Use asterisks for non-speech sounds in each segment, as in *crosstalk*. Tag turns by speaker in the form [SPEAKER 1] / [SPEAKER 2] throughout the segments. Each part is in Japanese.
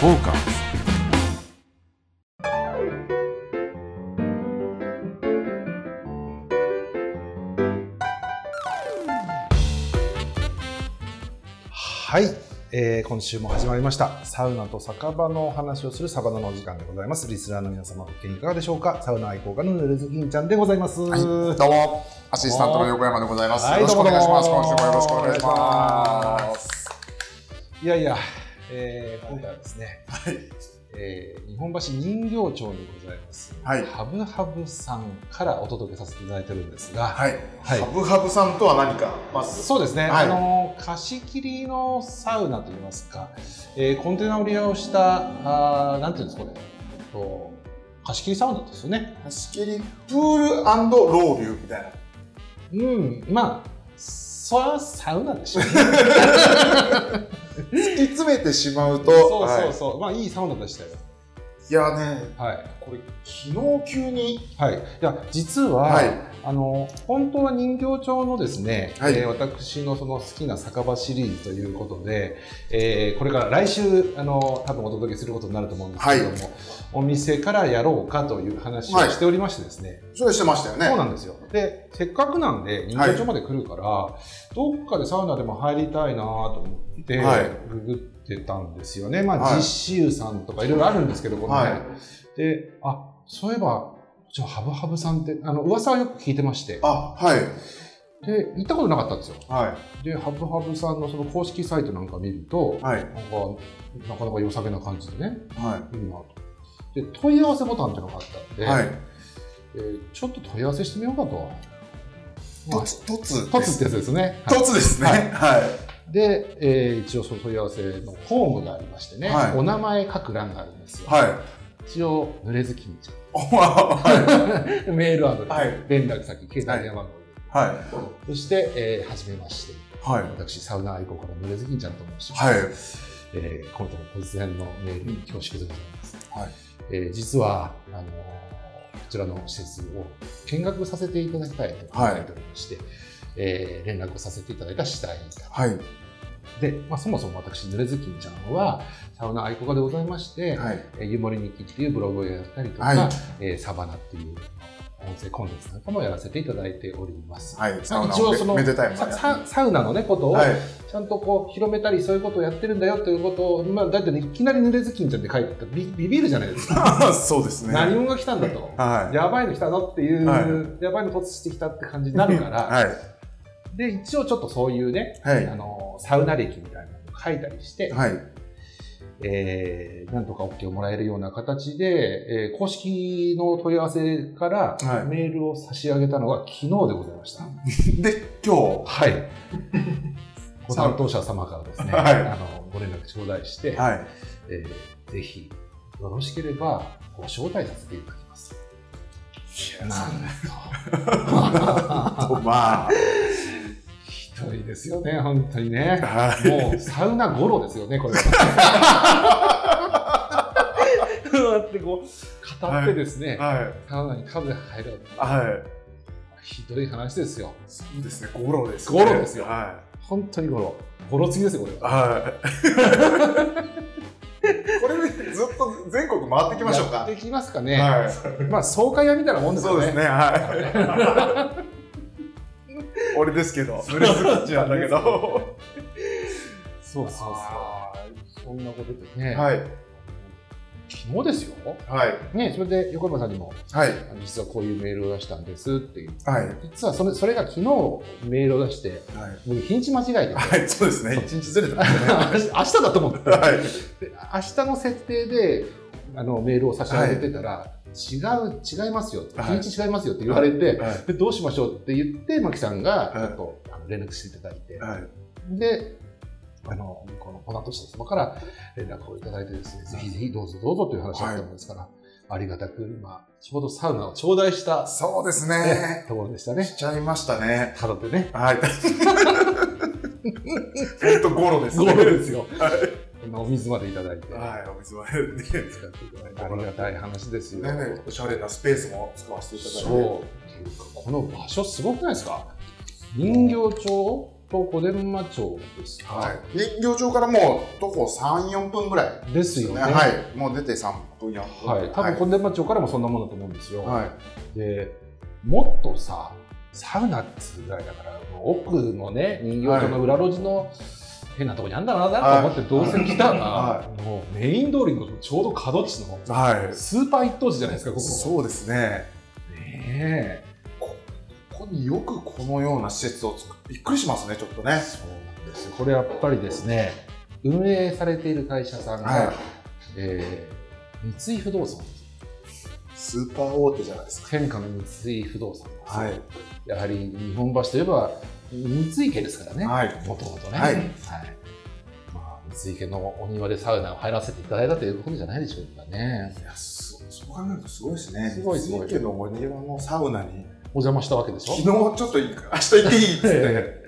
[SPEAKER 1] フォーカスはい、えー今週も始まりましたサウナと酒場のお話をするサバナのお時間でございますリスナーの皆様ご機嫌いかがでしょうかサウナ愛好家のぬるずきんちゃんでございます、
[SPEAKER 2] はい、どうも、アシスタントの横山でございます。
[SPEAKER 1] はい
[SPEAKER 2] よろしくお願いします。
[SPEAKER 1] どうも
[SPEAKER 2] 今週もよろしくお願い
[SPEAKER 1] お願い
[SPEAKER 2] し
[SPEAKER 1] しま
[SPEAKER 2] ます。
[SPEAKER 1] すいやいや、えー今回はですね、えー日本橋人形町にございます、
[SPEAKER 2] はい
[SPEAKER 1] ハブハブさんからお届けさせていただいてるんですが、
[SPEAKER 2] はい、
[SPEAKER 1] はい
[SPEAKER 2] ハブハブさんとは何か、まず。
[SPEAKER 1] そうですね、
[SPEAKER 2] はい
[SPEAKER 1] あの貸し切りのサウナといいますか、えーコンテナを利用したあーなんていうんですかこれと貸し切りサウナですよね
[SPEAKER 2] 貸し切りプールロウリュみたいな。
[SPEAKER 1] うんまあそりゃサウナでし
[SPEAKER 2] *laughs*
[SPEAKER 1] ょうね
[SPEAKER 2] 突き詰めてしまうと、
[SPEAKER 1] そうそう
[SPEAKER 2] は
[SPEAKER 1] そう、い、まあいいサウナでしたよ
[SPEAKER 2] い、いやね、
[SPEAKER 1] はい
[SPEAKER 2] これ昨日急に、
[SPEAKER 1] はい、いや実は、
[SPEAKER 2] はい、
[SPEAKER 1] あの本当は人形町のですね、
[SPEAKER 2] はい
[SPEAKER 1] えー私のその好きな酒場シリーズということで、えーこれから来週あの多分お届けすることになると思うんですけれども、お店からやろうかという話を
[SPEAKER 2] はい
[SPEAKER 1] しておりましてですね、
[SPEAKER 2] それしてましたよね。
[SPEAKER 1] そうなんですよでせっかくなんで人形町まで来るから、どっかでサウナでも入りたいなと思って、
[SPEAKER 2] はい
[SPEAKER 1] ググってたんですよねまあ、
[SPEAKER 2] はい
[SPEAKER 1] 実習さんとかいろいろあるんですけどこの辺、
[SPEAKER 2] はい
[SPEAKER 1] であそういえばじゃあハブハブさんってあの噂はよく聞いてまして
[SPEAKER 2] あ、はい、
[SPEAKER 1] で行ったことなかったんですよ
[SPEAKER 2] は
[SPEAKER 1] でハブハブさんのその公式サイトなんか見ると
[SPEAKER 2] い、は
[SPEAKER 1] なん
[SPEAKER 2] い、
[SPEAKER 1] かなかなか良さげな感じでね
[SPEAKER 2] はい
[SPEAKER 1] いなとで問い合わせボタンっていうのがあったんで、
[SPEAKER 2] い、はい。
[SPEAKER 1] えーちょっと問い合わせしてみようかと、ま
[SPEAKER 2] と
[SPEAKER 1] あ、
[SPEAKER 2] つ、とつ。
[SPEAKER 1] とつってやつですね、は
[SPEAKER 2] とつですね。
[SPEAKER 1] は
[SPEAKER 2] はいい。
[SPEAKER 1] いで、えー一応その問い合わせのフォームがありましてね、
[SPEAKER 2] はい
[SPEAKER 1] お名前書く欄があるんですよ、
[SPEAKER 2] はい。
[SPEAKER 1] 一応濡れずきんちゃ
[SPEAKER 2] は
[SPEAKER 1] んメールアドレス、
[SPEAKER 2] はい
[SPEAKER 1] 連絡先携帯電話番号、
[SPEAKER 2] い。 *laughs* はい。
[SPEAKER 1] そして、えー、はじめまして
[SPEAKER 2] はい。
[SPEAKER 1] 私サウナ愛好家の濡れずきんちゃんと申します、
[SPEAKER 2] はい。
[SPEAKER 1] えー、今度の突然のメールに恐縮でございます、
[SPEAKER 2] はい
[SPEAKER 1] えー実はあのーこちらの施設を見学させていただきたいと考えておりまして、えー連絡をさせていただいた次第だ
[SPEAKER 2] はい。
[SPEAKER 1] で、まあ、そもそも私ぬれずきんちゃんはサウナ愛好家でございまして、
[SPEAKER 2] はい。
[SPEAKER 1] えー湯守日記っていうブログをやったりとか、
[SPEAKER 2] はい
[SPEAKER 1] えーサバナっていう音声コンテンツなんかもやらせていただいております、
[SPEAKER 2] はい。
[SPEAKER 1] まあ
[SPEAKER 2] サ
[SPEAKER 1] 一応
[SPEAKER 2] ウ
[SPEAKER 1] そ
[SPEAKER 2] ナ
[SPEAKER 1] の
[SPEAKER 2] をめめでたいもん
[SPEAKER 1] さ
[SPEAKER 2] ね
[SPEAKER 1] さサウナのねことを、
[SPEAKER 2] はい。
[SPEAKER 1] ちゃんとこう広めたりそういうことをやってるんだよということを、まあ、だってねいきなり濡れずきんちゃんって書いてあったらビビビるじゃないですか
[SPEAKER 2] *laughs* そうですね。
[SPEAKER 1] 何者が来たんだと、
[SPEAKER 2] はい。
[SPEAKER 1] やばいの来たぞっていう、
[SPEAKER 2] は
[SPEAKER 1] やばいの突してきたって感じになるから、
[SPEAKER 2] はい。
[SPEAKER 1] で一応ちょっとそういうね、
[SPEAKER 2] は
[SPEAKER 1] あ
[SPEAKER 2] い。
[SPEAKER 1] のサウナ歴みたいなのを書いたりして、
[SPEAKER 2] はい。
[SPEAKER 1] えーなんとか OK をもらえるような形で、えー公式の問い合わせから
[SPEAKER 2] はい
[SPEAKER 1] メールを差し上げたのが昨日でございました。
[SPEAKER 2] で、今日。
[SPEAKER 1] はい。 *laughs* ご担当者様からですね、
[SPEAKER 2] *laughs* はい
[SPEAKER 1] あのご連絡頂戴して、
[SPEAKER 2] はい。
[SPEAKER 1] えーぜひよろしければご招待させていただきます。なんと
[SPEAKER 2] まあ。
[SPEAKER 1] ひどいですよね、本当にね。
[SPEAKER 2] はい。
[SPEAKER 1] もうサウナゴロですよね、こ
[SPEAKER 2] *laughs*
[SPEAKER 1] れは。だってこう語ってですね、
[SPEAKER 2] はい。
[SPEAKER 1] サウナにカブで入る
[SPEAKER 2] は
[SPEAKER 1] ひどい話ですよ。
[SPEAKER 2] い。そうですね。ゴロです、
[SPEAKER 1] ゴロですよ
[SPEAKER 2] は
[SPEAKER 1] 本当にゴロ。ゴロすぎですよ、これ
[SPEAKER 2] い。
[SPEAKER 1] は。
[SPEAKER 2] はい。これでずっと全国回ってきましょう
[SPEAKER 1] やっ
[SPEAKER 2] か。
[SPEAKER 1] てきますかね。
[SPEAKER 2] は
[SPEAKER 1] まあ、爽快屋みたいなもん
[SPEAKER 2] い。
[SPEAKER 1] です
[SPEAKER 2] そ
[SPEAKER 1] よ
[SPEAKER 2] う
[SPEAKER 1] ね。
[SPEAKER 2] ですね。 *laughs* はい。俺ですけど。無理好きちゃんだけど。
[SPEAKER 1] そうそうそう。そんなことでね、
[SPEAKER 2] *laughs* はい。
[SPEAKER 1] 昨日ですよ。
[SPEAKER 2] はい。
[SPEAKER 1] ね、それで横山さんにも、
[SPEAKER 2] はい。
[SPEAKER 1] あの実はこういうメールを出したんですっていう。
[SPEAKER 2] はい。
[SPEAKER 1] 実はそれそれが昨日メールを出して、
[SPEAKER 2] はい。
[SPEAKER 1] 僕、日にち間違えてて、
[SPEAKER 2] はい。そうですね。一日ずれてまし
[SPEAKER 1] 明日 *laughs* 明日だと思って、
[SPEAKER 2] たね。はい。
[SPEAKER 1] で明日の設定であのメールを差し上げてたら、違う、違いますよ、
[SPEAKER 2] はい
[SPEAKER 1] 日にち違いますよって言われて、
[SPEAKER 2] はい。
[SPEAKER 1] でどうしましょうって言って、牧さんが
[SPEAKER 2] い
[SPEAKER 1] ちょっと、あの連絡していただいて、
[SPEAKER 2] はい。
[SPEAKER 1] で、あの、向こうの粉とした様から連絡をいただいてですね、ぜひぜひどうぞどうぞという話だったもんですから、ありがたく今、ちょうどサウナを頂戴した、
[SPEAKER 2] そうです
[SPEAKER 1] ね
[SPEAKER 2] ね。
[SPEAKER 1] ところでしたね。
[SPEAKER 2] しちゃいましたね。
[SPEAKER 1] ただで
[SPEAKER 2] *laughs*
[SPEAKER 1] ね、
[SPEAKER 2] はい。えっと、ゴロです
[SPEAKER 1] ゴ
[SPEAKER 2] ね。
[SPEAKER 1] ールですよ。
[SPEAKER 2] は
[SPEAKER 1] 今お水までいただいて、
[SPEAKER 2] はい、お水までね。
[SPEAKER 1] 使っていただいて、ありがたい話ですよ。
[SPEAKER 2] ねね、おしゃれなスペースも使わせていただいて。
[SPEAKER 1] そう。っていうかこの場所すごくないですか人形町と小伝馬町ですか、
[SPEAKER 2] はい。人形町からもう徒歩3、4分ぐらい
[SPEAKER 1] ですよね
[SPEAKER 2] はい。もう出て3分、4分。
[SPEAKER 1] はい、多分小伝馬町からもそんなもんだと思うんですよ、
[SPEAKER 2] はい。
[SPEAKER 1] でもっとさサウナっつうぐらいだから奥のね人形町の裏路地の変なとこにあんだろうなと思ってどうせ来たら、
[SPEAKER 2] は
[SPEAKER 1] もうメイン通りのちょうど角地の
[SPEAKER 2] はい。はい。
[SPEAKER 1] スーパー一等地じゃないですかここ
[SPEAKER 2] そうですね。
[SPEAKER 1] ね
[SPEAKER 2] ここによくこのような施設を作って、びっくりしますね、ちょっとね
[SPEAKER 1] え。そうなんですよこれやっぱりですね運営されている会社さんが、
[SPEAKER 2] は
[SPEAKER 1] えー三井不動産
[SPEAKER 2] い。スーパー大手じゃないですか。
[SPEAKER 1] 天下の三井不動産ですよ
[SPEAKER 2] はい。
[SPEAKER 1] やはり日本橋といえば三井家ですからね
[SPEAKER 2] はい。
[SPEAKER 1] もともとね、
[SPEAKER 2] はい
[SPEAKER 1] まあ、三井家のお庭でサウナを入らせていただいたということじゃないでしょうかね
[SPEAKER 2] いや、そそう考えるとすごいですね。
[SPEAKER 1] すごいすごい
[SPEAKER 2] 三井家のお庭のサウナに、
[SPEAKER 1] お邪魔したわけでし
[SPEAKER 2] *laughs* 昨日
[SPEAKER 1] ょ
[SPEAKER 2] ちょっといいか、明日行っていいっつっ
[SPEAKER 1] え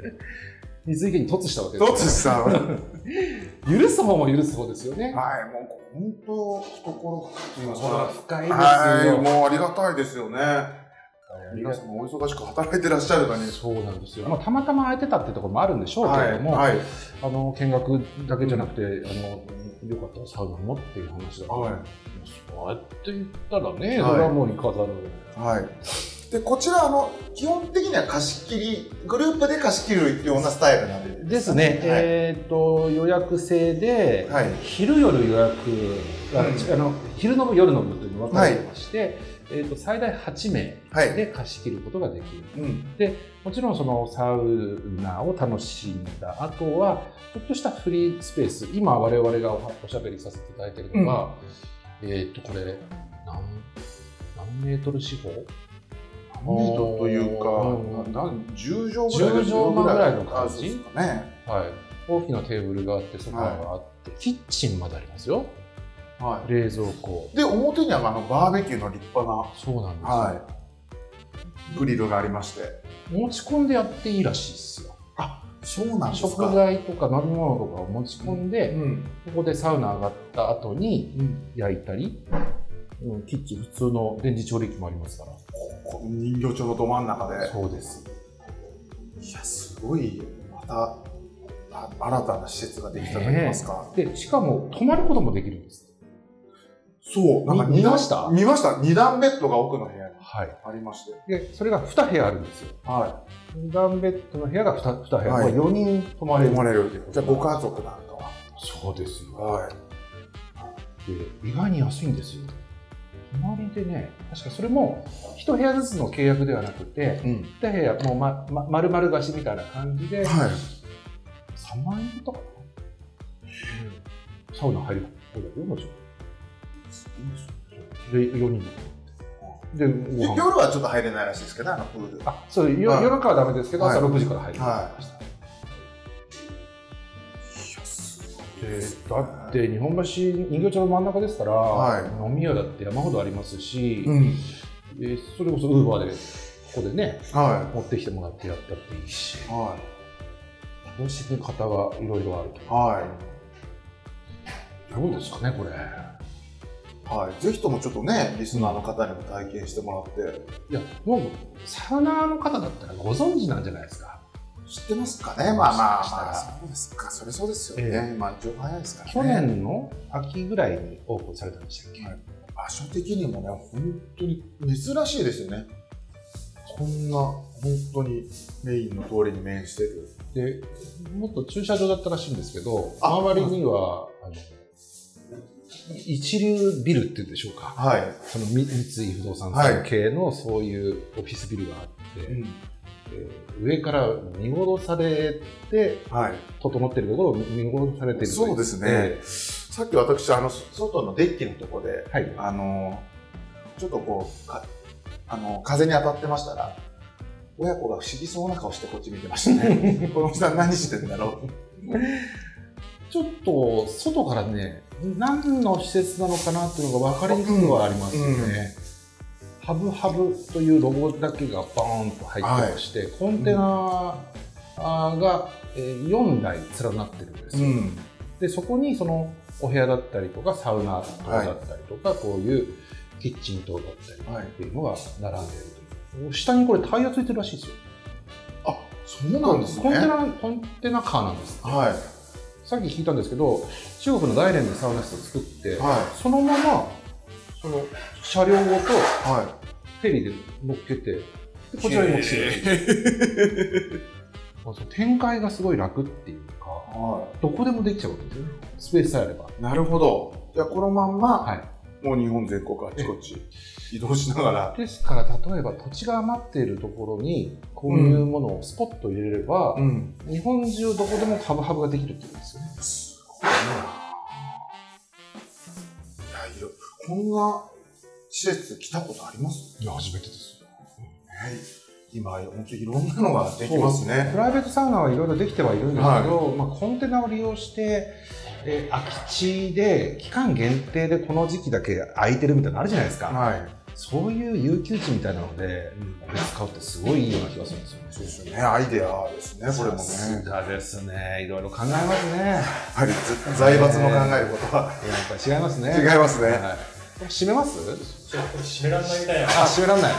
[SPEAKER 1] 水井家に突したわけ
[SPEAKER 2] て。
[SPEAKER 1] で
[SPEAKER 2] ど
[SPEAKER 1] す
[SPEAKER 2] うしたのはい、も
[SPEAKER 1] 許す方も許す方ですよね
[SPEAKER 2] う本当、懐深いと言いますか。
[SPEAKER 1] 深
[SPEAKER 2] はい、もうありがたいですよね。
[SPEAKER 1] ありが
[SPEAKER 2] 皆様お忙しく働いてらっしゃるのに。
[SPEAKER 1] そうなんですよ、まあ、たまたま空いてたってところもあるんでしょうけ
[SPEAKER 2] は
[SPEAKER 1] れ
[SPEAKER 2] い、
[SPEAKER 1] ども、
[SPEAKER 2] はい、
[SPEAKER 1] あの見学だけじゃなくて、あのよかったらサウナもっていう話だから、
[SPEAKER 2] は
[SPEAKER 1] そうやって言ったらね、
[SPEAKER 2] はい
[SPEAKER 1] それはもう行かざるを得ない
[SPEAKER 2] い、はい。で、こちら、あの、基本的には貸し切り、グループで貸し切るようなスタイルなんで。
[SPEAKER 1] ですね、
[SPEAKER 2] はい
[SPEAKER 1] えーっと予約制で、
[SPEAKER 2] はい
[SPEAKER 1] 昼夜予約が、
[SPEAKER 2] うん
[SPEAKER 1] あの昼の部夜の部というのが分かれて
[SPEAKER 2] は
[SPEAKER 1] まして、えーっと最大8名
[SPEAKER 2] はい。
[SPEAKER 1] で貸し切ることができる
[SPEAKER 2] うん。
[SPEAKER 1] もちろんそのサウナを楽しんだあとはちょっとしたフリースペース今我々がおおしゃべりさせていただいているのが、えーっとこれ何何メートル四方
[SPEAKER 2] 何メートルという
[SPEAKER 1] うん
[SPEAKER 2] か、ななん10畳ぐらいです
[SPEAKER 1] 10畳ぐらいの感
[SPEAKER 2] あ
[SPEAKER 1] じ
[SPEAKER 2] そうですかね。
[SPEAKER 1] はい、大きなテーブルがあってソファーがあって、キッチンまでありますよ
[SPEAKER 2] は
[SPEAKER 1] 冷蔵庫
[SPEAKER 2] い。で、表にはあのバーベキューの立派な、
[SPEAKER 1] そうなんですよ、
[SPEAKER 2] はい、グリルがありまして。
[SPEAKER 1] 持ち込んでやっていいらしいですよ
[SPEAKER 2] そうなんです
[SPEAKER 1] 食
[SPEAKER 2] か。
[SPEAKER 1] 材とか飲み物とかを持ち込んで、
[SPEAKER 2] ん。
[SPEAKER 1] ここでサウナ上がった後に焼いたり、うん、キッチン普通の電磁調理器もありますから
[SPEAKER 2] ここ人形町のど真ん中で。
[SPEAKER 1] そうです
[SPEAKER 2] いや、すごい、また、あ新たな施設ができたと言いますか。
[SPEAKER 1] でしかも泊まることもできるんです
[SPEAKER 2] そう、なんか
[SPEAKER 1] み
[SPEAKER 2] 二
[SPEAKER 1] 見
[SPEAKER 2] 段
[SPEAKER 1] ました
[SPEAKER 2] 見ました。二段ベッドが奥の部屋に
[SPEAKER 1] はい
[SPEAKER 2] ありまして。
[SPEAKER 1] でそれが2部屋あるんですよ
[SPEAKER 2] は
[SPEAKER 1] 2段ベッドの部屋が 2, 部屋、
[SPEAKER 2] はい
[SPEAKER 1] 4人泊まれ
[SPEAKER 2] い。
[SPEAKER 1] る
[SPEAKER 2] 生まれる。じゃあ、ご家族なんかは。
[SPEAKER 1] そうですよ
[SPEAKER 2] はい。
[SPEAKER 1] で意外に安いんですよ隣でね確かそれも一部屋ずつの契約ではなくて
[SPEAKER 2] うん。
[SPEAKER 1] 一部屋もう、まま、丸々貸しみたいな感じで
[SPEAKER 2] はい。
[SPEAKER 1] 3万円とかかなサウナ入る方だよもちろんで4人でご
[SPEAKER 2] 夜
[SPEAKER 1] 飯
[SPEAKER 2] はちょっと入れないらしいですけど、あのプール。
[SPEAKER 1] あそうよ
[SPEAKER 2] はい
[SPEAKER 1] 夜中はダメですけど
[SPEAKER 2] はい
[SPEAKER 1] 朝6時から入る、
[SPEAKER 2] はい
[SPEAKER 1] でだって日本橋人形町の真ん中ですから、
[SPEAKER 2] はい
[SPEAKER 1] 飲み屋だって山ほどありますし、
[SPEAKER 2] うん。
[SPEAKER 1] でそれこそウーバーでここでね
[SPEAKER 2] は
[SPEAKER 1] 持ってきてもらってやったっていいし
[SPEAKER 2] い。は
[SPEAKER 1] 楽しみ方がいろいろある
[SPEAKER 2] い。は
[SPEAKER 1] とどうですかねこれ
[SPEAKER 2] い。はい。ぜひともちょっとね、リスナーの方にも体験してもらって。
[SPEAKER 1] いやもうサウナーの方だったらご存知なんじゃないですか
[SPEAKER 2] 知ってますかね、まあまあまあ、
[SPEAKER 1] 知って
[SPEAKER 2] そうですか、それそうですよね、
[SPEAKER 1] え
[SPEAKER 2] まあ、情報早いですからね、
[SPEAKER 1] 去年の秋ぐらいにオープンされたんでしたっけ、
[SPEAKER 2] はい場所的にもね、本当に珍しいですよね、こんな本当にメインの通りに面してる、
[SPEAKER 1] でもっと駐車場だったらしいんですけど
[SPEAKER 2] あ
[SPEAKER 1] 周りにはあの一流ビルっていうんでしょうか
[SPEAKER 2] はい、
[SPEAKER 1] そのみ三井不動産関係のそういうオフィスビルがあって、えー上から見戻されて
[SPEAKER 2] は
[SPEAKER 1] 整ってるところを見戻されてる
[SPEAKER 2] い、そうですね、さっき私、あの外のデッキのとこで、
[SPEAKER 1] はい
[SPEAKER 2] あのちょっとこうかあの、風に当たってましたら、親子が不思議そうな顔してこっち見てましたね、 *laughs* このおじさん、何してんだろう。
[SPEAKER 1] ちょっと外からね、何の施設なのかなっていうのが分かりにくくはありますよね。
[SPEAKER 2] うんうん
[SPEAKER 1] ハブハブというロゴだけがバーンと入ってまして、コンテナがえー4台連なってるんですよ、
[SPEAKER 2] ん
[SPEAKER 1] でそこにそのお部屋だったりとかサウナ棟だったりとか、こういうキッチン棟だったり
[SPEAKER 2] はい
[SPEAKER 1] っていうのが並んでるという下にこれタイヤついてるらしいですよ
[SPEAKER 2] あそうなんですね
[SPEAKER 1] コンテナコンテナカーなんです
[SPEAKER 2] はい
[SPEAKER 1] さっき聞いたんですけど中国の大連でサウナ室を作って、
[SPEAKER 2] は
[SPEAKER 1] そのままその車両ごと
[SPEAKER 2] いは
[SPEAKER 1] フェリーで乗っけてでこちらに持ち帰るまあその展開がすごい楽っていうか
[SPEAKER 2] い、は
[SPEAKER 1] どこでもできちゃうわけですよねスペースさえあれば
[SPEAKER 2] い、なるほどじゃあこのまんま、
[SPEAKER 1] はい
[SPEAKER 2] もう日本全国あちこち移動しながら
[SPEAKER 1] ですから例えば土地が余っているところにこういうものをスポッと入れれば、
[SPEAKER 2] ん
[SPEAKER 1] 日本中どこでもハブハブができるっていうんですよね
[SPEAKER 2] すごいないやいやこんな施設来たことあります
[SPEAKER 1] いや初めてです
[SPEAKER 2] はい今本当いろんなのができますね
[SPEAKER 1] プライベートサウナはいろいろできてはいるんですけど、まあ、コンテナを利用して、えー空き地で期間限定でこの時期だけ空いてるみたいなのあるじゃないですか、
[SPEAKER 2] はい
[SPEAKER 1] そういう有給地みたいなので、これ使うってすごいいいような気がするんですよね。
[SPEAKER 2] そうですよねアイデアですねこれも
[SPEAKER 1] さす
[SPEAKER 2] ね
[SPEAKER 1] がですね。いろいろ考えますね。やっ
[SPEAKER 2] やはりず財閥の考えることは
[SPEAKER 1] ぱり違いますね。
[SPEAKER 2] 違いますね
[SPEAKER 1] はいこれ閉めます
[SPEAKER 3] ちょっと締めらんないみたいな。
[SPEAKER 1] あ、閉めらんない。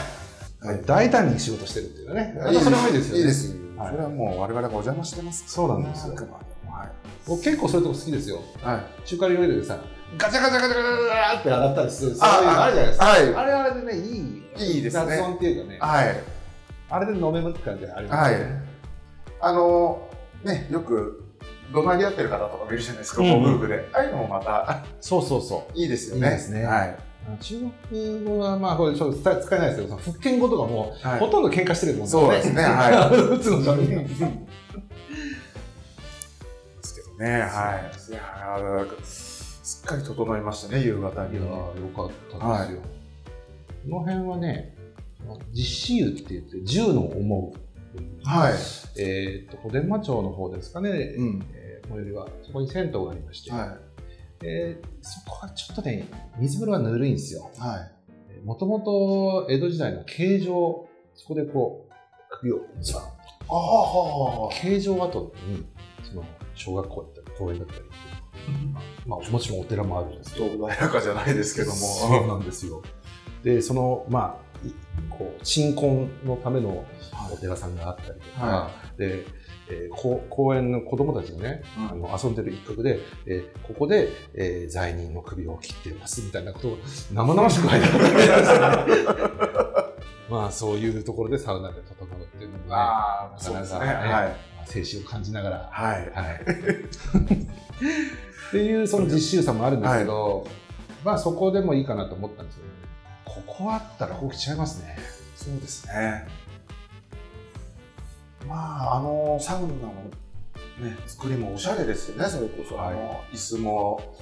[SPEAKER 2] はい
[SPEAKER 1] 大胆に仕事してるっていうのね。
[SPEAKER 2] い
[SPEAKER 1] またそれもいいですよね。
[SPEAKER 2] いいですよ
[SPEAKER 1] はい
[SPEAKER 2] それはもう我々がお邪魔してます
[SPEAKER 1] そうなんですよ
[SPEAKER 2] あくまでもはい
[SPEAKER 1] 僕結構そういうとこ好きですよ。
[SPEAKER 2] はい
[SPEAKER 1] 中華料理でさ、ガチャガチャガチャガチャガチャって洗ったりする。そういうのあるじゃないですか。
[SPEAKER 2] はい
[SPEAKER 1] あれはあれでね、いい、
[SPEAKER 2] いいですね
[SPEAKER 1] 雑音っていうかね、
[SPEAKER 2] はい
[SPEAKER 1] あれで飲めむって感じがありま
[SPEAKER 2] は
[SPEAKER 1] す
[SPEAKER 2] い
[SPEAKER 1] よね。。
[SPEAKER 2] あの、ね、よく、怒鳴り合ってる方とかもいるじゃないですか、ご
[SPEAKER 1] うんうん
[SPEAKER 2] 夫婦で。ああいうのもまた、
[SPEAKER 1] そうそうそう。
[SPEAKER 2] いいですよね。
[SPEAKER 1] いいですね
[SPEAKER 2] はい。
[SPEAKER 1] 中国語はまあこれちょっと伝え使えないですけど、その福建語とかもう
[SPEAKER 2] はい
[SPEAKER 1] ほとんど喧嘩してるもん
[SPEAKER 2] そうですね、
[SPEAKER 1] *laughs*
[SPEAKER 2] は
[SPEAKER 1] 打つのために。
[SPEAKER 2] い。ですけどね、はい。いやーすっかり整いましたね、夕方に。は
[SPEAKER 1] かったですよ。この辺はね、実施湯って言って、銃の思う。
[SPEAKER 2] はい。
[SPEAKER 1] えっと、小伝馬町の方ですかね、
[SPEAKER 2] うん。
[SPEAKER 1] えー最寄りは、そこに銭湯がありまして、
[SPEAKER 2] は
[SPEAKER 1] えーそこはちょっとね、水風呂はぬるいんですよ。
[SPEAKER 2] い。はい。
[SPEAKER 1] もともと江戸時代の形状、そこでこう、首をザーン
[SPEAKER 2] ああ、
[SPEAKER 1] 形状跡に、その小学校だったり、公園だったりっていうのが、まあ、もちろんお寺もあるんですけ
[SPEAKER 2] ちょ
[SPEAKER 1] ど、
[SPEAKER 2] っと穏やかじゃないですけど
[SPEAKER 1] そう
[SPEAKER 2] *laughs* も。
[SPEAKER 1] なんですよ。で、その、まあ、いこう、鎮魂のためのお寺さんがあったりとか、
[SPEAKER 2] は
[SPEAKER 1] で、えーこう公園の子供たちがね、
[SPEAKER 2] うん
[SPEAKER 1] あの遊んでる一角で、えーここで、えー罪人の首を切ってますみたいなことを生々しく書いて
[SPEAKER 2] *laughs*
[SPEAKER 1] あ *laughs* るまあそういうところでサウナで整うっていうのが、
[SPEAKER 2] ああ、そうですね。
[SPEAKER 1] なかなかね
[SPEAKER 2] はい。
[SPEAKER 1] 精神を感じながら、
[SPEAKER 2] はい。
[SPEAKER 1] はい、っていうその実習さもあるんですけど、まあそこでもいいかなと思ったんですけど、ね、ここあったらここ来ちゃいますね。
[SPEAKER 2] そうですね。まあ、あの、サウナの、ね、作りもおしゃれですよね、それこそ。
[SPEAKER 1] はい
[SPEAKER 2] あの、椅子も、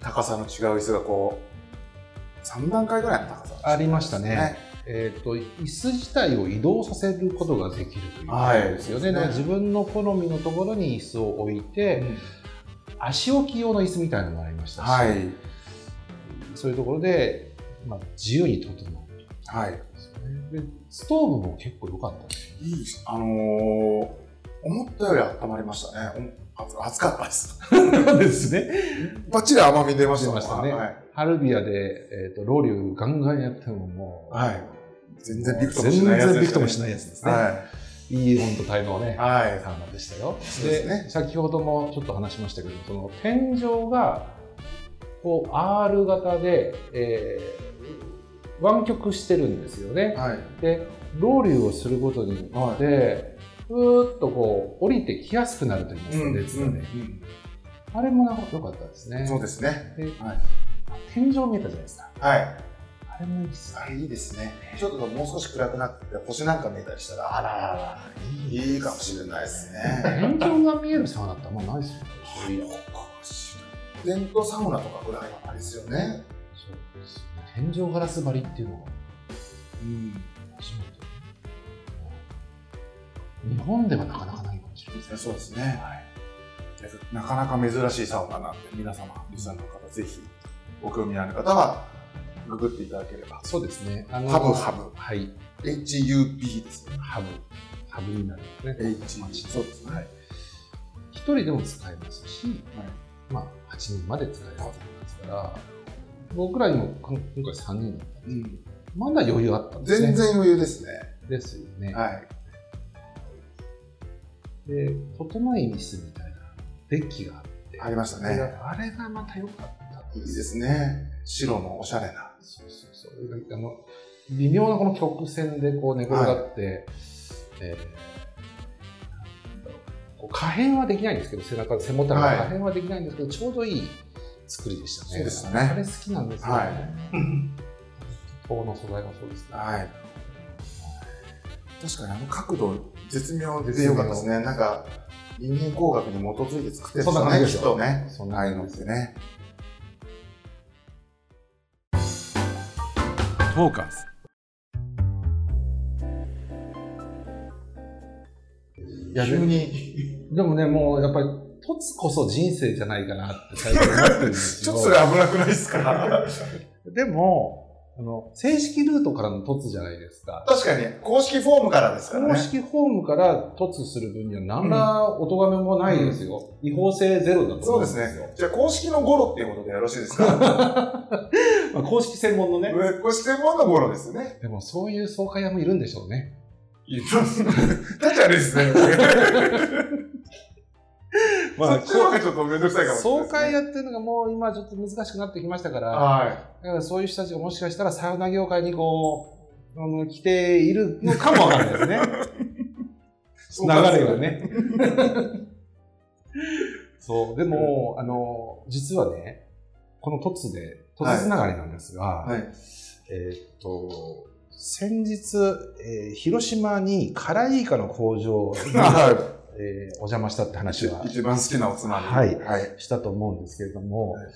[SPEAKER 2] 高さの違う椅子がこう、3段階ぐらいの高さ、
[SPEAKER 1] ありましたね。えっと椅子自体を移動させることができるということですよね,、
[SPEAKER 2] はい
[SPEAKER 1] だから自分の好みのところに椅子を置いて、
[SPEAKER 2] うん
[SPEAKER 1] 足置き用の椅子みたいなのもありましたし、
[SPEAKER 2] はい。
[SPEAKER 1] そういうところで、まあ、自由に整うんで
[SPEAKER 2] はい。
[SPEAKER 1] すよねでストーブも結構良かったです
[SPEAKER 2] いいですあのー思ったより温まりましたね。お暑暑かったです。
[SPEAKER 1] ですね
[SPEAKER 2] バッチリ甘み出ましたもん
[SPEAKER 1] 出ましたね
[SPEAKER 2] はい。
[SPEAKER 1] ハルビアで、えっとロウリュガンガンやってももう、
[SPEAKER 2] はい全然びくともしないやつ
[SPEAKER 1] 全然
[SPEAKER 2] で
[SPEAKER 1] び
[SPEAKER 2] し
[SPEAKER 1] く
[SPEAKER 2] た
[SPEAKER 1] と
[SPEAKER 2] ね
[SPEAKER 1] もしないやつですね、、
[SPEAKER 2] はい
[SPEAKER 1] い本当滞納ね
[SPEAKER 2] い。はい。
[SPEAKER 1] サウナでしたよ。
[SPEAKER 2] そうですね
[SPEAKER 1] 先ほどもちょっと話しましたけど、その天井がこう R 型で、えー湾曲してるんですよね。
[SPEAKER 2] はい。
[SPEAKER 1] で、ロウリュをすることによって、ふーっとこう降りてきやすくなると言いますか、熱がね、
[SPEAKER 2] うん
[SPEAKER 1] あれもなんか良かったです
[SPEAKER 2] う
[SPEAKER 1] ね
[SPEAKER 2] んそうですね。
[SPEAKER 1] で
[SPEAKER 2] はい
[SPEAKER 1] 天井見えたじゃないですか
[SPEAKER 2] はい。
[SPEAKER 1] あれもいいです
[SPEAKER 2] あれいいですね。ちょっともう少し暗くなって、星なんか見えたりしたら、あらあら、いいかもしれないですね。
[SPEAKER 1] 天井が見えるサウナってあんまないですよね
[SPEAKER 2] 伝統サウナとかぐらいはあれですよね。
[SPEAKER 1] そうですね天井ガラス張りっていうのが
[SPEAKER 2] うん。
[SPEAKER 1] 初めて日本ではなかなかないかもしれないですね
[SPEAKER 2] そうですね。なかなか珍しいサウナなんで、皆様、リスナーの方、ぜひ、ご興味ある方は、ググっていただければ。
[SPEAKER 1] そうですねあの
[SPEAKER 2] ハブハブ。
[SPEAKER 1] はい
[SPEAKER 2] HUB ですね。
[SPEAKER 1] ハブハブになるんですね
[SPEAKER 2] H。そうですね。
[SPEAKER 1] 一人でも使えますし、まあ8人まで使えるわけですから僕らにも今今回3人だったんで
[SPEAKER 2] うん
[SPEAKER 1] まだ余裕あったんですね
[SPEAKER 2] 全然余裕ですね。
[SPEAKER 1] ですよね、
[SPEAKER 2] はい。
[SPEAKER 1] で、整いミスみたいなデッキがあって、
[SPEAKER 2] ありました
[SPEAKER 1] あれ
[SPEAKER 2] ね。
[SPEAKER 1] があれがまた良かった
[SPEAKER 2] いい
[SPEAKER 1] で
[SPEAKER 2] ですすね。白のおしゃれな。
[SPEAKER 1] そうそうそうあの微妙なこの曲線でこう寝転がって、えーなんだろうこう可変はできないんですけど背中背もたれが
[SPEAKER 2] はい
[SPEAKER 1] 可変はできないんですけど、ちょうどいい作りでしたね
[SPEAKER 2] そうですね
[SPEAKER 1] あれ好きなんですよね、 *laughs*
[SPEAKER 2] はい
[SPEAKER 1] この素材もそうですけど
[SPEAKER 2] はい。確かにあの角度、絶妙で良かったですね。なんか、人間工学に基づいて作ってる
[SPEAKER 1] そんな感じで
[SPEAKER 2] ね、き
[SPEAKER 1] しょ
[SPEAKER 2] っとね。
[SPEAKER 1] そん
[SPEAKER 2] ああいう
[SPEAKER 1] 感
[SPEAKER 2] のっ
[SPEAKER 1] じ
[SPEAKER 2] てね。
[SPEAKER 3] トーカーズ
[SPEAKER 1] いや
[SPEAKER 2] 急に、
[SPEAKER 1] でもねもうやっぱり凸こそ人生じゃないかなって最近思ってるんです
[SPEAKER 2] *laughs* ち
[SPEAKER 1] け
[SPEAKER 2] ょっ
[SPEAKER 1] ど
[SPEAKER 2] とそれ危なくないですか
[SPEAKER 1] でもあの正式ルートからの凸じゃないですか
[SPEAKER 2] *laughs* 確かに、公式フォームからですから
[SPEAKER 1] 公
[SPEAKER 2] ね。
[SPEAKER 1] 式ホームから突する分には何らお咎めもないですよ、違法性ゼロだと
[SPEAKER 2] そう
[SPEAKER 1] 思
[SPEAKER 2] で
[SPEAKER 1] ん
[SPEAKER 2] す
[SPEAKER 1] よ
[SPEAKER 2] ね。じゃあ、公式のゴロっていうことでよろしいですか
[SPEAKER 1] まあ、公式専門のね
[SPEAKER 2] 上公式専門のゴロですね。
[SPEAKER 1] でもそういう爽快屋もいるんでしょうね
[SPEAKER 2] いや立ち悪いです *laughs* ね。そっちの方がちょっとめんどくさいかもしれ
[SPEAKER 1] 爽
[SPEAKER 2] ないですね。
[SPEAKER 1] 快屋っていうのがもう今ちょっと難しくなってきましたから
[SPEAKER 2] は
[SPEAKER 1] だからそういう人たちがもしかしたらサウナ業界にこうあの来ているのかもわかんないですね
[SPEAKER 2] い。
[SPEAKER 1] 流れが。ね *laughs* そうでも、あの実はねこの凸で凸つながりなんですが、
[SPEAKER 2] はい。
[SPEAKER 1] えーっと、先日、えー広島にカライカの工場
[SPEAKER 2] *laughs*
[SPEAKER 1] に、
[SPEAKER 2] は。
[SPEAKER 1] えーお邪魔したって話はい
[SPEAKER 2] 一番好きなおつまみ。
[SPEAKER 1] はい
[SPEAKER 2] はい。
[SPEAKER 1] したと思うんですけれども、
[SPEAKER 2] はい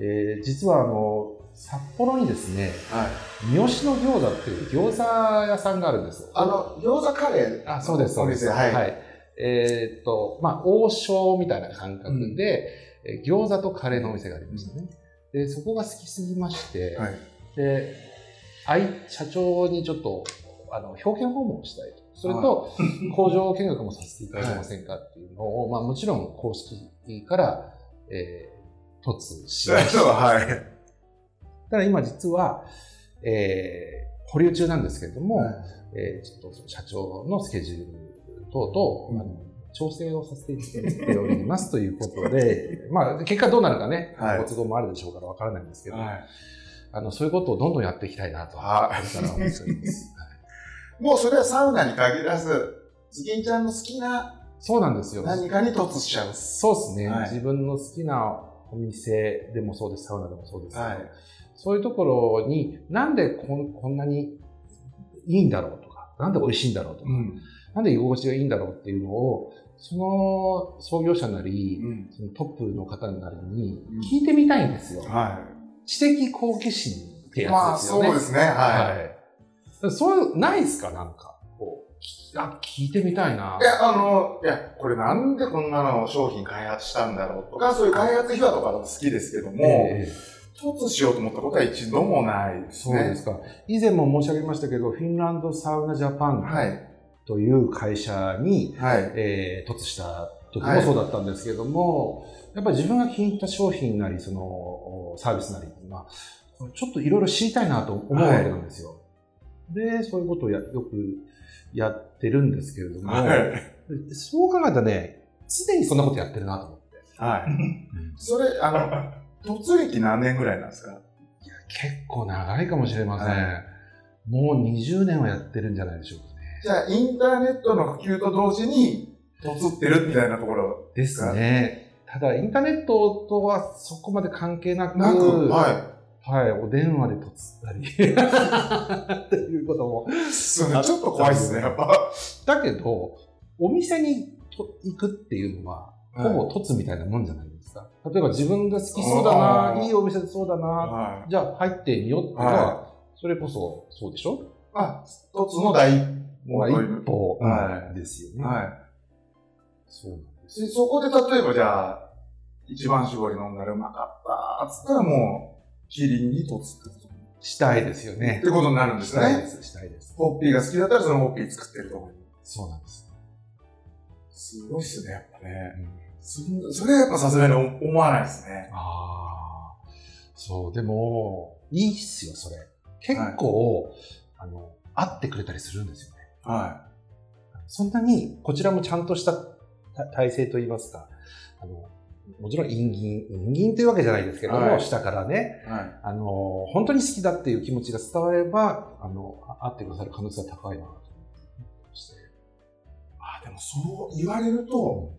[SPEAKER 1] えー実はあの札幌にですね
[SPEAKER 2] はい。
[SPEAKER 1] 三好の餃子っていう餃子屋さんがあるんですよ
[SPEAKER 2] あの、餃子カレー。
[SPEAKER 1] あそうです
[SPEAKER 2] お
[SPEAKER 1] そうです
[SPEAKER 2] 店、はい。
[SPEAKER 1] えーっとまあ王将みたいな感覚で、えー餃子とカレーのお店がありましたね、でそこが好きすぎまして、
[SPEAKER 2] はい
[SPEAKER 1] であい社長にちょっとあの表現訪問をしたいとそれと、工場見学もさせていただけませんかっていうのを、まあ、もちろん公式から、えー、突しました
[SPEAKER 2] *laughs* はい。
[SPEAKER 1] ただ今実は、えー保留中なんですけれども、えーちょっと社長のスケジュール等々、あの調整をさせていただいておりますということで、 *laughs* まあ、結果どうなるかね、
[SPEAKER 2] はい
[SPEAKER 1] ご都合もあるでしょうからわからないんですけど、
[SPEAKER 2] はい
[SPEAKER 1] あのそういうことをどんどんやっていきたいなと、
[SPEAKER 2] は
[SPEAKER 1] *laughs* これから思っております。
[SPEAKER 2] もうそれはサウナに限らず、ズキンちゃんの好きな
[SPEAKER 1] そうなんですよ。
[SPEAKER 2] 何かに突しちゃうんです。
[SPEAKER 1] そうですね、
[SPEAKER 2] はい
[SPEAKER 1] 自分の好きなお店でもそうです、サウナでもそうですけど、
[SPEAKER 2] はい
[SPEAKER 1] そういうところに、なんでこんこんなにいいんだろうとか、なんで美味しいんだろうとか、
[SPEAKER 2] ん。
[SPEAKER 1] なんで居心地がいいんだろうっていうのを、その創業者なり、
[SPEAKER 2] うん。
[SPEAKER 1] そのトップの方なりに
[SPEAKER 2] うん
[SPEAKER 1] 聞いてみたいんですよ。
[SPEAKER 2] は
[SPEAKER 1] 知的好奇心って
[SPEAKER 2] い。
[SPEAKER 1] や
[SPEAKER 2] まあ、
[SPEAKER 1] つですよ
[SPEAKER 2] そう
[SPEAKER 1] ね。
[SPEAKER 2] ですね。は。
[SPEAKER 1] はい。そういう、ないですかなんか。こう、きあ、聞いてみたいない
[SPEAKER 2] い。や、あの、いや、これなんでこんなの商品開発したんだろうとか、そういう開発秘話とかも好きですけども、
[SPEAKER 1] ええ
[SPEAKER 2] 突しようと思ったことは一度もないです
[SPEAKER 1] そうで
[SPEAKER 2] ね。
[SPEAKER 1] すか。以前も申し上げましたけど、フィンランドサウナジャパン
[SPEAKER 2] はい。
[SPEAKER 1] という会社に、
[SPEAKER 2] はい。
[SPEAKER 1] えー、突した時もそうだったんですけども、やっぱり自分が気に入った商品なり、そのサービスなりっていうのは、ちょっといろいろ知りたいなと思うわけなんですよ。で、そういうことをやよくやってるんですけれども、
[SPEAKER 2] はい。
[SPEAKER 1] そう考えたらね、常にそんなことやってるなと思って。 *laughs*
[SPEAKER 2] はい。それ、あの、突撃何年ぐらいなんですか
[SPEAKER 1] 結構長いかもしれません。
[SPEAKER 2] は
[SPEAKER 1] もう20年はやってるんじゃないでしょうかね。
[SPEAKER 2] じゃあ、インターネットの普及と同時に、突ってるみたいなところ
[SPEAKER 1] ですね。ただ、インターネットとはそこまで関係なく、
[SPEAKER 2] なく、は
[SPEAKER 1] はい、お電話でとつったりっていうことも。
[SPEAKER 2] い。そうねちょっと怖いですね、やっぱ。
[SPEAKER 1] だけど、お店にと行くっていうのは、ほぼとつみたいなもんじゃないですか。例えば自分が好きそうだ
[SPEAKER 2] あー
[SPEAKER 1] な、いいお店そうだな、
[SPEAKER 2] は
[SPEAKER 1] じゃあ入ってみようっていうのは、それこそそうでしょ
[SPEAKER 2] い。まあ、一つの第一
[SPEAKER 1] まあ一
[SPEAKER 2] 歩という
[SPEAKER 1] 歩
[SPEAKER 2] は
[SPEAKER 1] ですよね。
[SPEAKER 2] は
[SPEAKER 1] そうなんで
[SPEAKER 2] い。でそこで例えばじゃあ、一番搾り飲んだらうまかった、つったらもう、キリンに突ってこと
[SPEAKER 1] す。したいですよ
[SPEAKER 2] っ
[SPEAKER 1] ね。
[SPEAKER 2] てことになるんで
[SPEAKER 1] し
[SPEAKER 2] す
[SPEAKER 1] たいで
[SPEAKER 2] ね。
[SPEAKER 1] す、したいです。
[SPEAKER 2] ホッピーが好きだったらそのホッピー作ってると思う。
[SPEAKER 1] そうなんです。
[SPEAKER 2] すごいっすね、やっぱね。
[SPEAKER 1] うん
[SPEAKER 2] そそれはやっぱさすがに思わないですね。
[SPEAKER 1] ああ、そう、でも、いいっすよ、それ。結構、あの、会ってくれたりするんですよね。
[SPEAKER 2] は
[SPEAKER 1] そんなに、こちらもちゃんとしたた体制といいますか、あのもちろん陰銀、陰銀というわけじゃないですけども、
[SPEAKER 2] はい
[SPEAKER 1] 下からね、
[SPEAKER 2] はい。
[SPEAKER 1] あの、本当に好きだっていう気持ちが伝われば、あの、あ会ってくださる可能性は高いなと思って。
[SPEAKER 2] あ、でもそう言われると、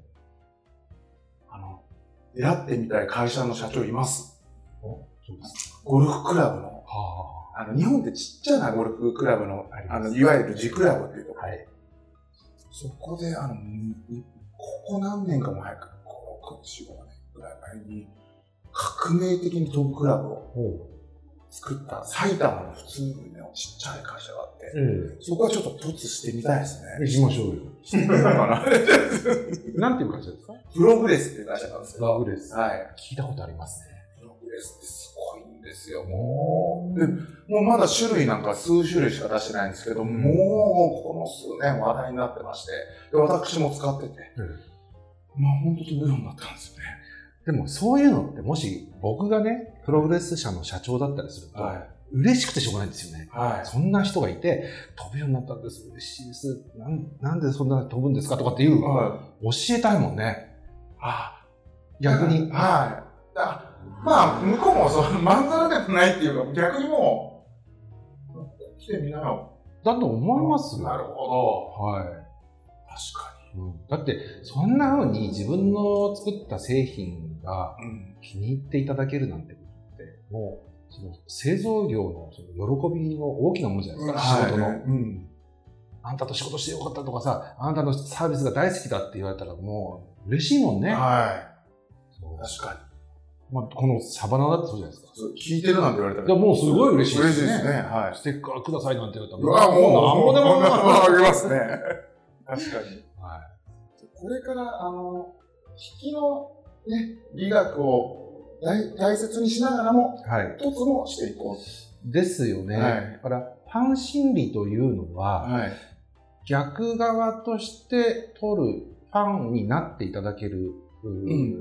[SPEAKER 2] あの、出会ってみたい会社の社長います。
[SPEAKER 1] おそうです
[SPEAKER 2] ゴルフクラブの。
[SPEAKER 1] は
[SPEAKER 2] あの、日本ってちっちゃなゴルフクラブの、
[SPEAKER 1] あり
[SPEAKER 2] あ
[SPEAKER 1] ます
[SPEAKER 2] の、いわゆる自クラブっていうとこ
[SPEAKER 1] あ。はい。
[SPEAKER 2] そこで、あの、ににここ何年かも早く、5、6、4、5年ぐらい前に、革命的に飛ぶクラブを
[SPEAKER 1] おう
[SPEAKER 2] 作った埼玉の普通のちっちゃい会社があって、
[SPEAKER 1] え
[SPEAKER 2] そこはちょっと突してみたいです
[SPEAKER 1] え。
[SPEAKER 2] ね。
[SPEAKER 1] 行きましょうよ。
[SPEAKER 2] してみようかな。
[SPEAKER 1] なんていう会社ですか
[SPEAKER 2] プログレスっていう会社なんですけど、
[SPEAKER 1] ラブレス。
[SPEAKER 2] はい。
[SPEAKER 1] 聞いたことありますね。
[SPEAKER 2] プログレスってすごいんですよ、もう。でもうまだ種類なんか数種類しか出してないんですけど、
[SPEAKER 1] ん
[SPEAKER 2] もうこの数年話題になってまして、で私も使ってて、まあ本当飛ぶようになったんですよね。
[SPEAKER 1] でもそういうのってもし僕がね、プログレス社の社長だったりすると、
[SPEAKER 2] はい。
[SPEAKER 1] 嬉しくてしょうがないんですよね。
[SPEAKER 2] はい。
[SPEAKER 1] そんな人がいて、飛ぶようになったんです、嬉しいです、なんなんでそんな飛ぶんですかとかっていう、
[SPEAKER 2] はい。
[SPEAKER 1] 教えたいもんね、
[SPEAKER 2] あ
[SPEAKER 1] 逆に。
[SPEAKER 2] はい。あまあ、向こうもそのまんざらでもないっていうか、逆にもう、来てみなよ。
[SPEAKER 1] だと思いますよ。
[SPEAKER 2] なるほ
[SPEAKER 1] は
[SPEAKER 2] ど。確か
[SPEAKER 1] いうん、だって、そんな風に自分の作った製品が
[SPEAKER 2] に。うん。
[SPEAKER 1] 気に入っていただけるなんてことって、もう、その製造業のその喜びの大きなものじゃないですか、仕事の。
[SPEAKER 2] はいうん。
[SPEAKER 1] あんたと仕事してよかったとかさ、あんたのサービスが大好きだって言われたらもう嬉しいもんね。
[SPEAKER 2] は
[SPEAKER 1] そう
[SPEAKER 2] い。確かに。
[SPEAKER 1] まあ、このサバナだってそうじゃないですか。
[SPEAKER 2] そう聞いてるなんて言われたら。
[SPEAKER 1] いやもうすごい嬉しいですね
[SPEAKER 2] 嬉しいですね。はい。
[SPEAKER 1] ステッカーくださいなんて言われたら、
[SPEAKER 2] うわ、もう、
[SPEAKER 1] なんぼでも
[SPEAKER 2] なんぼ
[SPEAKER 1] な
[SPEAKER 2] でもあげますね。確かに。
[SPEAKER 1] は
[SPEAKER 2] これから、あの、引きのね、美学を大大切にしながらも、
[SPEAKER 1] い。はい。
[SPEAKER 2] 一つもしていこ
[SPEAKER 1] ですよね。
[SPEAKER 2] はい
[SPEAKER 1] だから、ファン心理というの
[SPEAKER 2] う。
[SPEAKER 1] は、
[SPEAKER 2] はい。
[SPEAKER 1] 逆側として取る、ファンになっていただける、うー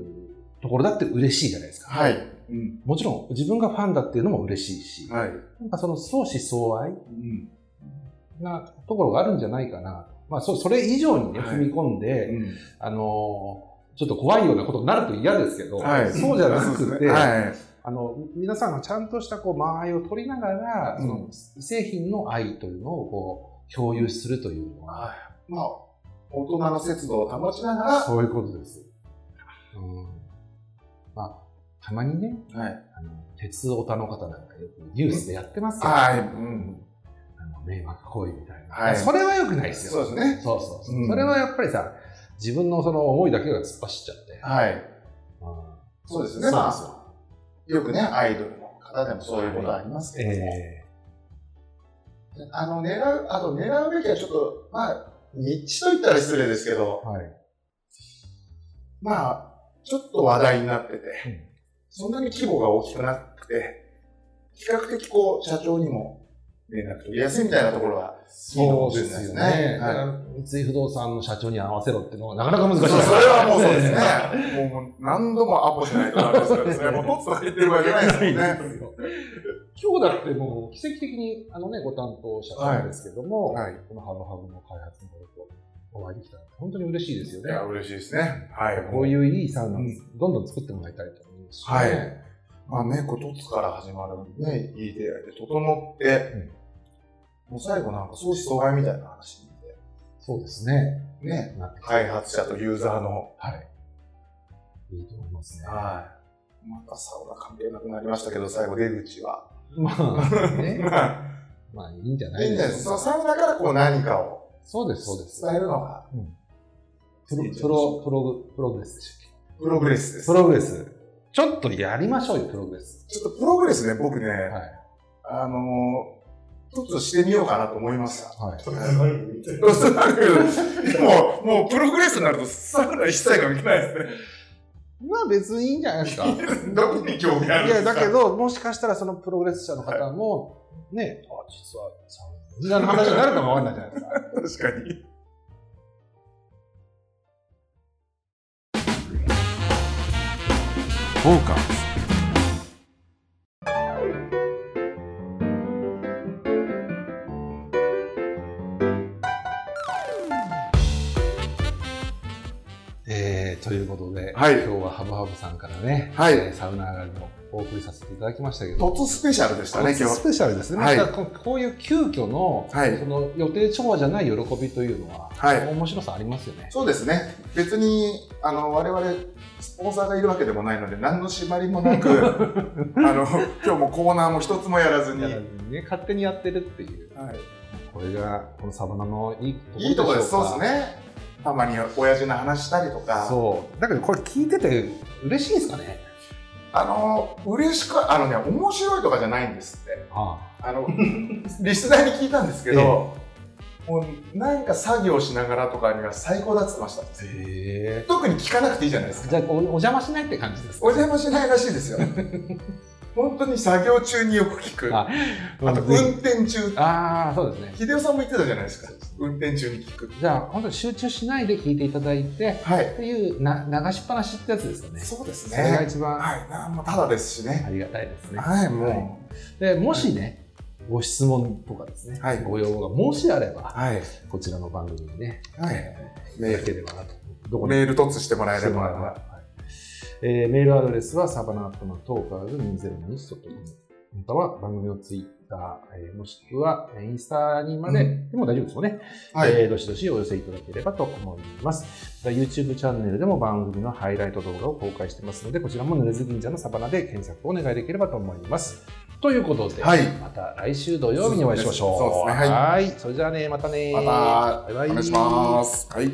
[SPEAKER 1] ところだって嬉しいじゃないですか。
[SPEAKER 2] はい。うん。
[SPEAKER 1] もちろん、自分がファンだっていうのも嬉しいし、
[SPEAKER 2] はい。
[SPEAKER 1] なんかその相思相愛
[SPEAKER 2] うん。
[SPEAKER 1] なところがあるんじゃないかな。まあ、そそれ以上にね、
[SPEAKER 2] はい
[SPEAKER 1] 踏み込んで、あのーちょっと怖いようなことになると嫌ですけど、
[SPEAKER 2] はい。
[SPEAKER 1] そうじゃな
[SPEAKER 2] そうで
[SPEAKER 1] く
[SPEAKER 2] す
[SPEAKER 1] て、
[SPEAKER 2] ねはい。
[SPEAKER 1] あの、皆さんがちゃんとしたこう、間合いを取りながら、
[SPEAKER 2] うん
[SPEAKER 1] その製品の愛というのをこう、共有するというのは、
[SPEAKER 2] はい。まあ、大人の節度を保ちなが
[SPEAKER 1] そういうことです。うん。まあ、たまにね、
[SPEAKER 2] ら、はい。
[SPEAKER 1] あの、鉄オタの方なんかよくニュースでやってますけど、
[SPEAKER 2] はい。うん。
[SPEAKER 1] あの迷惑行為みたいな。
[SPEAKER 2] はい
[SPEAKER 1] それは良くないですよ。
[SPEAKER 2] そうですね
[SPEAKER 1] そうそうそう
[SPEAKER 2] うん
[SPEAKER 1] それはやっぱりさ、自分のその思いだけが突っ走っちゃって。
[SPEAKER 2] はい。そうですね。
[SPEAKER 1] そう
[SPEAKER 2] ま
[SPEAKER 1] です
[SPEAKER 2] あ、よくね、アイドルの方でもそういうことありますけども。
[SPEAKER 1] え
[SPEAKER 2] あの、狙う、あと狙うべきはちょっと、まあ、ニッチと言ったら失礼ですけ
[SPEAKER 1] え
[SPEAKER 2] ど、
[SPEAKER 1] はい。
[SPEAKER 2] まあ、ちょっと話題になってて、
[SPEAKER 1] うん
[SPEAKER 2] そんなに規模が大きくなくて、比較的こう、社長にも連絡取りやすいみたいなところは、いいかもしれないですね
[SPEAKER 1] だ
[SPEAKER 2] はい
[SPEAKER 1] から三井不動産の社長に合わせろっていうのはな *laughs* かなか難しい
[SPEAKER 2] そ
[SPEAKER 1] ですね。
[SPEAKER 2] れはもうそうですね。もうもう何度もアポしないとダメですからですね。もうとっとと言ってる場合じゃないですもんね。
[SPEAKER 1] 今日だってもう奇跡的にあのね、ご担当者なんですけども、
[SPEAKER 2] はいはい
[SPEAKER 1] このハブハブの開発のことお会いできたら本当に嬉しいですよ
[SPEAKER 2] いや、
[SPEAKER 1] ね。
[SPEAKER 2] 嬉しいですね。はい。
[SPEAKER 1] こう
[SPEAKER 2] う。
[SPEAKER 1] いういいサウナ、
[SPEAKER 2] うん
[SPEAKER 1] どんどん作ってもらいたいと思いますし、ね。
[SPEAKER 2] はいまあね、こう、とつから始まるね、いい出会いで整って、もう最後なんか相思相愛みたいな話に
[SPEAKER 1] そうですね。
[SPEAKER 2] ね、
[SPEAKER 1] なってきて
[SPEAKER 2] 開発者とユーザーの、
[SPEAKER 1] はい。いいと思いますね。
[SPEAKER 2] はい。またサウナ関係なくなりましたけど、最後出口は。
[SPEAKER 1] まあ、ね。
[SPEAKER 2] ま
[SPEAKER 1] まあ、いいんじゃな
[SPEAKER 2] あ、い
[SPEAKER 1] い
[SPEAKER 2] いん
[SPEAKER 1] で
[SPEAKER 2] じゃないですす
[SPEAKER 1] か
[SPEAKER 2] か。。サウナからこう何かを
[SPEAKER 1] そうです、そうです。
[SPEAKER 2] 伝えるのが、
[SPEAKER 1] プロ、プロ、プログ、プログレスでしたっけ
[SPEAKER 2] プログレスです。
[SPEAKER 1] プログレス。ちょっとやりましょうよ、プログレス。
[SPEAKER 2] ちょっとプログレスね、僕ね、
[SPEAKER 1] はい。
[SPEAKER 2] あのー、ちょっとしてみようかなと思いました。
[SPEAKER 1] はい。
[SPEAKER 2] でも、もうプログレスになるとサウナ一切関係ないですね。
[SPEAKER 1] まあ別にいいんじゃないですか。い
[SPEAKER 2] *laughs* どこに興味あるんで
[SPEAKER 1] や、
[SPEAKER 2] すか
[SPEAKER 1] だけど、もしかしたらそのプログレス社の方も、ね、あ、実は、さ、みたいな話になるかもわかんないじゃないですか。
[SPEAKER 2] 確かに。フォーカス。
[SPEAKER 1] え
[SPEAKER 2] はい。
[SPEAKER 1] 今日はハブハブさんからね、
[SPEAKER 2] はい
[SPEAKER 1] えーサウナ上がりのお送りさせていただきましたけど、
[SPEAKER 2] 突スペシャルでしたね、
[SPEAKER 1] 突
[SPEAKER 2] 今
[SPEAKER 1] ス
[SPEAKER 2] 日。
[SPEAKER 1] ペシャルですね、
[SPEAKER 2] はい
[SPEAKER 1] またここういう急遽の,、
[SPEAKER 2] はい
[SPEAKER 1] その予定調和じゃない喜びというのは、
[SPEAKER 2] はい
[SPEAKER 1] 面白さありますよね。
[SPEAKER 2] そうですね。別に、あの、我々、スポンサーがいるわけでもないので、何の締まりもな *laughs* く、あの、今日もコーナーも一つもやらずに。
[SPEAKER 1] だ
[SPEAKER 2] は
[SPEAKER 1] から。
[SPEAKER 2] い
[SPEAKER 1] ね、勝手にやってるっていう、これがこのサバナのいいところ
[SPEAKER 2] いいとこです。そう
[SPEAKER 1] ょ
[SPEAKER 2] で
[SPEAKER 1] か
[SPEAKER 2] すね。たまに親父の話したりとか。
[SPEAKER 1] そうだけどこれ聞いてて嬉しいんですかね
[SPEAKER 2] あの、嬉しく、あのね、面白いとかじゃないんですって。
[SPEAKER 1] あ
[SPEAKER 2] あ *laughs* の、リスナーに聞いたんですけど、もうなんか作業しながらとかには最高だっつってました。
[SPEAKER 1] あへえ
[SPEAKER 2] 特に聞かなくていいじゃないですか。
[SPEAKER 1] じゃあおお邪魔しないって感じですか
[SPEAKER 2] お邪魔しないらしいです *laughs* よ。本当に作業中によく聞く。
[SPEAKER 1] あ
[SPEAKER 2] あ
[SPEAKER 1] うん
[SPEAKER 2] と、
[SPEAKER 1] ぜひ
[SPEAKER 2] 運転中。
[SPEAKER 1] ああそうですね
[SPEAKER 2] 秀夫さんも言ってたじゃないですか。運転中に聞く。
[SPEAKER 1] じゃあ本当に集中しないで聞いていただいて
[SPEAKER 2] はい。
[SPEAKER 1] っていうな流しっぱなしってやつですかね
[SPEAKER 2] そうです
[SPEAKER 1] それが
[SPEAKER 2] ね。
[SPEAKER 1] 一番あ
[SPEAKER 2] はい。なんもただですしね。
[SPEAKER 1] りがたいですね
[SPEAKER 2] はい、も
[SPEAKER 1] でもしねご質問とかですね、
[SPEAKER 2] はい
[SPEAKER 1] ご要望がもしあれ
[SPEAKER 2] う。
[SPEAKER 1] ば
[SPEAKER 2] はい。
[SPEAKER 1] こちらの番組にね、
[SPEAKER 2] はい。
[SPEAKER 1] いただければなとどこに
[SPEAKER 2] メール突してもらえ
[SPEAKER 1] して
[SPEAKER 2] れ
[SPEAKER 1] もらえば
[SPEAKER 2] ば。
[SPEAKER 1] はいえーメールアドレスはサバナアットのトーカーズ202 .com または番組のツイッター、えーもしくはえーインスタにまで、
[SPEAKER 2] う
[SPEAKER 1] でも大丈夫ですよね、
[SPEAKER 2] はい。
[SPEAKER 1] えーどしどしお寄せいただければと思います。また YouTube チャンネルでも番組のハイライト動画を公開してますので、こちらも濡れず銀座のサバナで検索をお願いできればと思います。ということで、
[SPEAKER 2] はい
[SPEAKER 1] また来週土曜日にお会いしましょう。
[SPEAKER 2] そうですねはい
[SPEAKER 1] いそれじゃあね、またね。
[SPEAKER 2] また
[SPEAKER 1] バイバイ
[SPEAKER 2] お願いします。はい。